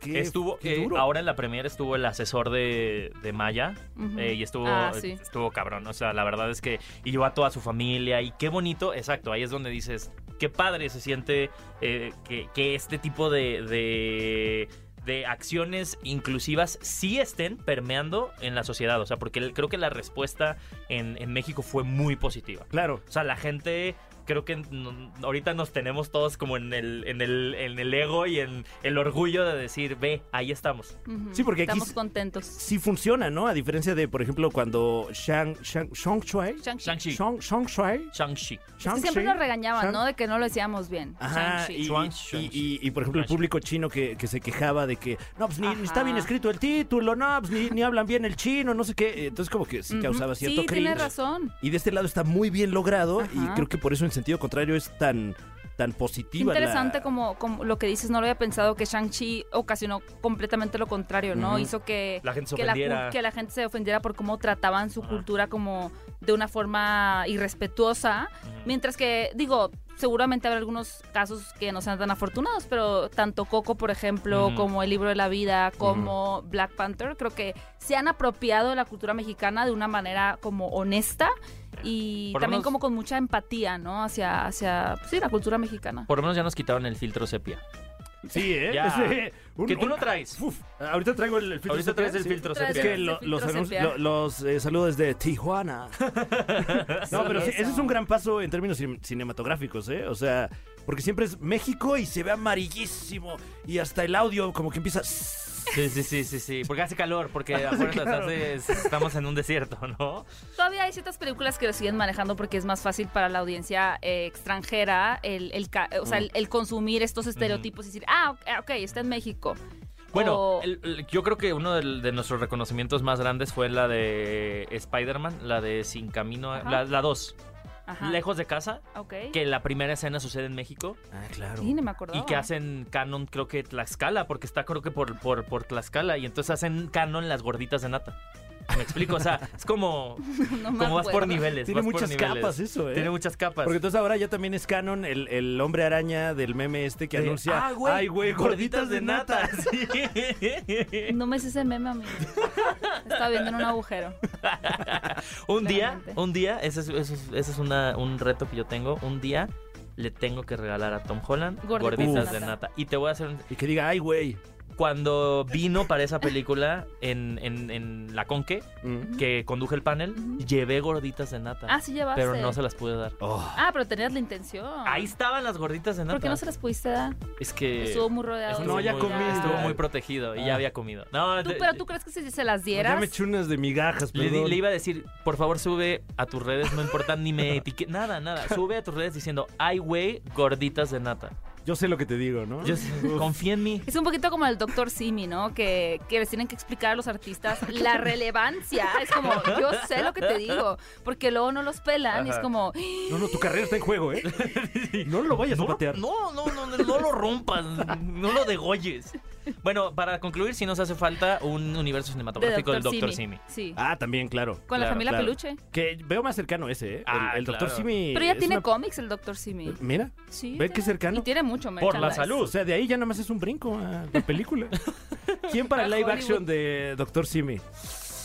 Qué-
estuvo,
qué
eh,
duro.
ahora en la premiere estuvo el asesor de, de Maya
Ujú.
eh, y estuvo,
Ah, sí.
estuvo cabrón. O sea, la verdad es que y llevó a toda su familia y qué bonito. Exacto, ahí es donde dices, qué padre se siente eh, que, que este tipo de, de, de acciones inclusivas sí estén permeando en la sociedad. O sea, porque el- creo que la respuesta en, en México fue muy positiva.
Claro.
O sea, la gente creo que no- ahorita nos tenemos todos como en el, en el, en el ego y en el orgullo de decir, ve, ahí estamos.
Ujú.
Sí, porque aquí
Estamos
s-
contentos.
Sí funciona, ¿no? A diferencia de, por ejemplo, cuando Shang, Shang, Shang Shui,
Shang-Chi.
Shang-Chi.
Shang, Shang Shui,
Shang-Chi.
Es que siempre nos regañaban, ¿no? De que no lo decíamos bien.
Ajá,
Shang-Chi.
y,
Shang-Chi.
y- y- y, por ejemplo el
Shang-Chi.
público chino que, que se quejaba de que no, pues ni, ni está
Ajá.
bien escrito el título, no, pues ni, ni hablan bien el chino, no sé qué. Entonces como que sí
Ujú.
causaba cierto
Sí,
cringe.
tienes razón.
Y de este lado está muy bien logrado y
Ajá.
creo que por eso en sentido contrario es tan, tan
Qué
positiva. la-
interesante como, como lo que dices, no lo había pensado, que Shang-Chi ocasionó completamente lo contrario, ¿no?
Ujú.
Hizo que
La gente se
que la,
ofendiera.
cul- que la gente se ofendiera por cómo trataban su
Ajá.
cultura como de una forma irrespetuosa.
Ujú.
Mientras que, digo, seguramente habrá algunos casos que no sean tan afortunados, pero tanto Coco, por ejemplo,
Ujú.
como El Libro de la Vida, como Black Panther, creo que se han apropiado de la cultura mexicana de una manera como honesta y
Por lo
también
menos-
como con mucha empatía, ¿no? Hacia, hacia pues, sí, la cultura mexicana.
Por lo menos ya nos quitaron el filtro sepia.
Sí, ¿eh?
Ya.
Ese- un-
que tú
un-
no traes.
Uf, ahorita traigo el, el filtro.
Ahorita traes
sepia,
el
sí.
filtro
Tú traes
Es
sepia.
que
el
lo-
filtro
los, anuncios-
sepia.
lo- los eh, saludos de Tijuana. No, pero sí, ese es un gran paso en términos cin- cinematográficos, ¿eh? O sea, porque siempre es México y se ve amarillísimo y hasta el audio como que empieza...
Sí, sí, sí, sí, sí. Porque hace calor, porque afuera
claro.
hace- estamos en un desierto, ¿no?
Todavía hay ciertas películas que lo siguen manejando porque es más fácil para la audiencia eh, extranjera el, el ca- eh, o sea, el- el consumir estos estereotipos y decir, ah, ok, ah, ok, está en México.
Bueno,
O-
el- el- yo creo que uno del- de, nuestros reconocimientos más grandes fue la de Spider-Man, la de Sin Camino, a-
Ajá.
la, la dos,
Ajá,
Lejos de Casa,
ok.
que la primera escena sucede en México
Ah, claro.
Sí, no me acordaba.
y que hacen canon, creo que Tlaxcala, porque está creo que por, por, por Tlaxcala, y entonces hacen canon las gorditas de nata. ¿Me explico? O sea, es como,
No me
como vas por
acuerdo.
niveles.
Tiene
vas por
muchas
niveles.
capas eso, ¿eh?
Tiene muchas capas.
Porque entonces ahora ya también es canon el, el hombre araña del meme este que
De,
anuncia...
"Ah, güey,
¡Ay, güey, gorditas de nata!
Sí.
No me sé ese meme, amigo. Estaba viendo en un agujero.
Un día,
Claramente.
un día, ese es, ese es- ese es una- un reto que yo tengo. Un día le tengo que regalar a Tom Holland
Gorditas
gorditas
de
de
nata.
nata. Y te voy a hacer. un-
Y que diga, ¡ay, güey!
Cuando vino para esa película en, en- en La Conque,
Mm.
que conduje el panel,
Ujú.
llevé gorditas de nata.
Ah, sí llevaste.
pero no se las pude dar.
Oh.
Ah, pero tenías la intención.
Ahí estaban las gorditas de nata.
Ah. ¿Por qué no se las pudiste dar?
Es que.
Estuvo muy rodeado.
estuvo
No, ya
muy-
comí.
Estuvo muy protegido y
Ah.
ya había comido. No,
¿Tú,
te-
pero tú crees que si se las
Pues Ya
dieras...
me eché unas de migajas,
Le, di-
perdón.
le iba a decir, por favor, sube a tus redes, no importa ni me etiquete, nada, nada. Sube a tus redes diciendo, ay, güey, gorditas de nata.
Yo sé lo que te digo, ¿no?
Yo- confía en mí.
Es un poquito como el doctor Simi, ¿no? Que, que les tienen que explicar a los artistas la relevancia. Es como, yo sé lo que te digo, porque luego no los pelan y es
Ajá.
como,
No, no, tu carrera está en juego, ¿eh? No lo vayas a
No,
patear.
no, no, no, no, no lo rompas, no lo degolles. Bueno, para concluir, si nos hace falta un universo
de
cinematográfico
doctor,
del Dr.
Simi.
Simi.
Sí,
Ah, también, claro.
con la
claro,
familia
claro.
Peluche.
Que veo más cercano ese, ¿eh? El-
Ah,
el, doctor
claro.
Simi.
Pero ya
es
tiene
una-
cómic cómic el doctor Simi.
Mira,
Sí.
¿Ve qué
tiene-
cercano?
Y tiene mucho
Por la
merchandise.
salud.
o sea, de ahí ya nada más es un brinco a la película. ¿Quién para el
A
live
Hollywood.
action de doctor Simi?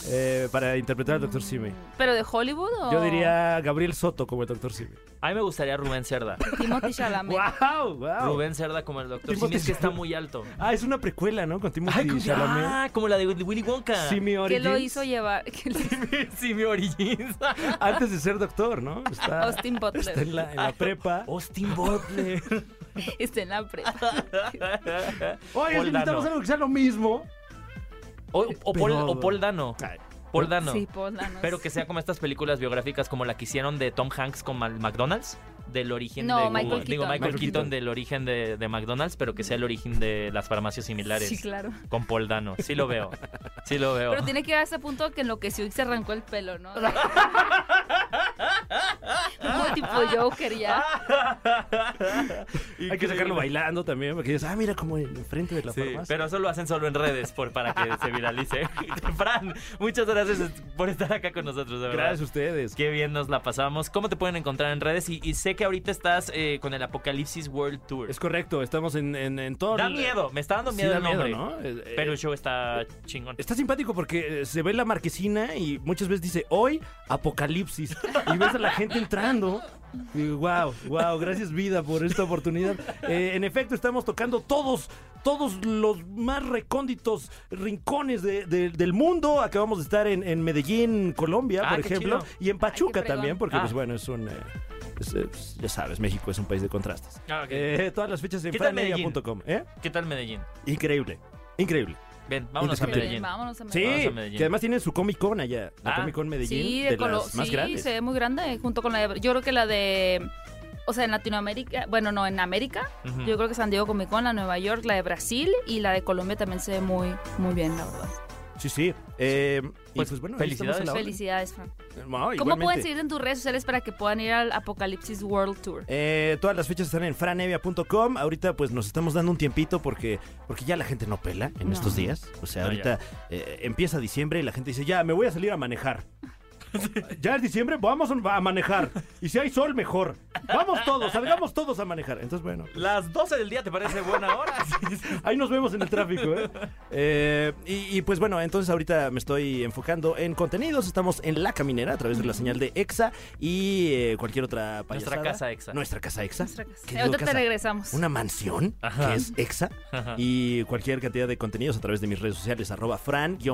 Eh, para interpretar al doctor Simi.
¿Pero de Hollywood o...?
Yo diría Gabriel Soto como el doctor Simi.
A mí me gustaría Rubén Cerda.
Timothy Chalamet.
¡Wow! ¡Wow!
Rubén Cerda como el Dr. Simi
Timothy
es que está
Chalamet.
muy alto.
Ah, es una precuela, ¿no? Con Timothy
Ay, como-
Chalamet.
ah, como la de Willy Wonka.
Simi
¿Qué
Origins.
lo hizo llevar? ¿Qué lo-
Simi Origins.
Antes de ser doctor, ¿no? Está,
Austin Butler.
Ah, está en la, en la prepa.
Austin Butler.
Está en la prepa.
Oye,
Paul
necesitamos
Dano.
algo que sea lo mismo.
O, o Paul,
Pero- ¿Eh?
o Paul Dano.
Ay,
Paul Dano.
Sí, pues, danos.
Pero que sea como estas películas biográficas como la que hicieron de Tom Hanks con Mal- McDonald's. Del origen
No,
de
Michael
Google. Digo,
Keaton.
Michael,
Michael
Keaton,
Keaton.
del origen de, de McDonald's, pero que sea el origen de las farmacias similares.
Sí, claro.
Con Paul Dano. Sí lo veo. Sí lo veo.
Pero tiene que llegar a ese punto que enloqueció y se arrancó el pelo, ¿no? Como tipo Joker ya.
Hay que sacarlo bailando también, porque dices, ah, mira como en- enfrente de la
Sí,
farmacia.
pero eso lo hacen solo en redes por, para que se viralice. Fran, muchas gracias por estar acá con nosotros, de verdad.
Gracias a ustedes.
Qué bien nos la pasamos. ¿Cómo te pueden encontrar en redes? Y, y sé que ahorita estás eh, con el Apocalipsis World Tour.
Es correcto, estamos en, en, en todo.
Da
el-
miedo, me está dando
Sí,
miedo
da
el nombre.
¿no? Eh, eh,
Pero el show está chingón.
Está simpático porque eh, se ve la marquesina y muchas veces dice hoy apocalipsis y ves a la gente entrando. Y wow, wow, gracias vida por esta oportunidad. Eh, en efecto, estamos tocando todos todos los más recónditos rincones de- de- del mundo. Acabamos de estar en, en Medellín, Colombia,
Ah,
por
qué
ejemplo,
chido.
y en Pachuca
fregón.
también, porque
Ah.
pues bueno, es un... eh, es- es- ya sabes, México es un país de contrastes.
Ah, ok.
Eh, todas las fechas en
¿Qué tal Medellín?
franmedia.com, ¿eh?
¿Qué tal Medellín?
Increíble, increíble.
Ven, vámonos a
Indescriptible.
Medellín.
Vámonos a
Sí,
Medellín.
Vamos a Medellín.
que además tienen su Comic Con allá, la
Ah.
Comic Con Medellín,
Sí,
de,
de colo-
las más
sí,
grandes.
se ve muy grande eh, junto con la de, yo creo que la de o sea, en Latinoamérica, bueno, no, en América,
Ujú.
yo creo que San Diego Comic Con, la de Nueva York, la de Brasil y la de Colombia también se ve muy muy bien, la verdad.
Sí, sí. Eh, y
Pues,
pues bueno, ahí estamos a la orden.
Felicidades, Fran.
No,
¿Cómo pueden
igualmente.
seguirte en tus redes sociales para que puedan ir al Apocalipsis World Tour?
Eh, todas las fechas están en franevia.com. Ahorita pues nos estamos dando un tiempito porque, porque ya la gente no pela
No.
en
Ah,
estos días. O sea,
No,
ahorita eh, empieza diciembre y la gente dice, ya, me voy a salir a manejar. ya es diciembre, vamos a manejar. Y si hay sol, mejor. Vamos todos, salgamos todos a manejar. Entonces, bueno.
Las 12 del día, ¿te parece buena hora? Sí, sí.
Ahí nos vemos en el tráfico. ¿eh? Eh, y, y, pues bueno, entonces ahorita me estoy enfocando en contenidos. Estamos en La Caminera a través de la señal de EXA y eh, cualquier otra
Nuestra
payasada.
casa EXA.
Nuestra casa EXA.
Nuestra casa.
¿Qué
Eh,
digo
Ahorita te
casa?
regresamos.
Una mansión
Ajá.
que es EXA
Ajá.
y cualquier cantidad de contenidos a través de mis redes sociales, arroba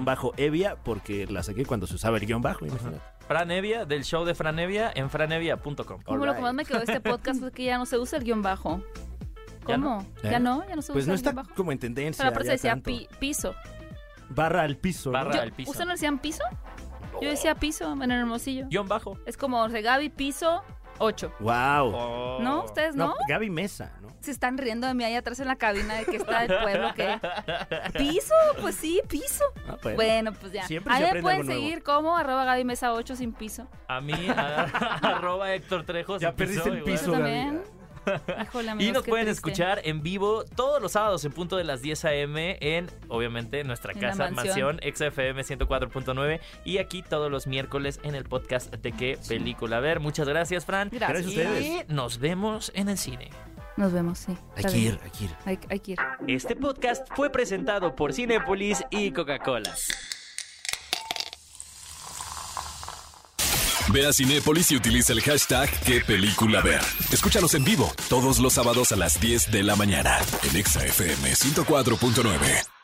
fran-evia, porque la saqué cuando se usaba el guión bajo. imagínate.
Fran Evia, del show de Fran Evia en franevia.com.
Como lo que más me quedó de este podcast fue que ya no se usa el guión bajo.
¿Ya no?
¿Cómo? ¿Ya no? ¿Ya no se
Pues
usa
no
el
está
guión bajo?
como en tendencia.
Pero aparte
ya
decía
tanto.
pi- piso.
Barra al piso. ¿no?
Barra
Yo-
al piso.
¿Ustedes no decían piso? Yo decía piso en el Hermosillo.
Guión bajo.
Es como o sea, Gaby piso 8.
Wow.
Oh.
¿No? ¿Ustedes no?
Gaby Mesa, ¿no?
Se están riendo de mí ahí atrás en la cabina de que está el pueblo que... ¿Piso? Pues sí, piso.
Ah,
Bueno, pues ya.
Siempre
ahí
se
me
aprende
pueden
algo nuevo.
seguir como arroba Gaby Mesa 8 sin piso.
A mí, a- arroba Héctor Trejos.
Ya
en piso,
perdiste el
igual.
piso.
Eso también. Híjole,
Y
amigos,
nos
qué
pueden
triste.
escuchar en vivo todos los sábados en punto de las 10 a.m. en, obviamente, nuestra
En la
casa, mansión,
mansión.
XFM 104.9. Y aquí todos los miércoles en el podcast de qué película ver. Muchas gracias, Fran.
Gracias.
Gracias a ustedes.
Y nos vemos en el cine.
Nos vemos, sí.
Hay
Está
que
bien.
ir, hay que ir.
Hay, hay que ir.
Este podcast fue presentado por Cinepolis y Coca-Cola.
Ve a Cinépolis y utiliza el hashtag qué película ver. Escúchanos en vivo todos los sábados a las 10 de la mañana en Exa FM 104.9.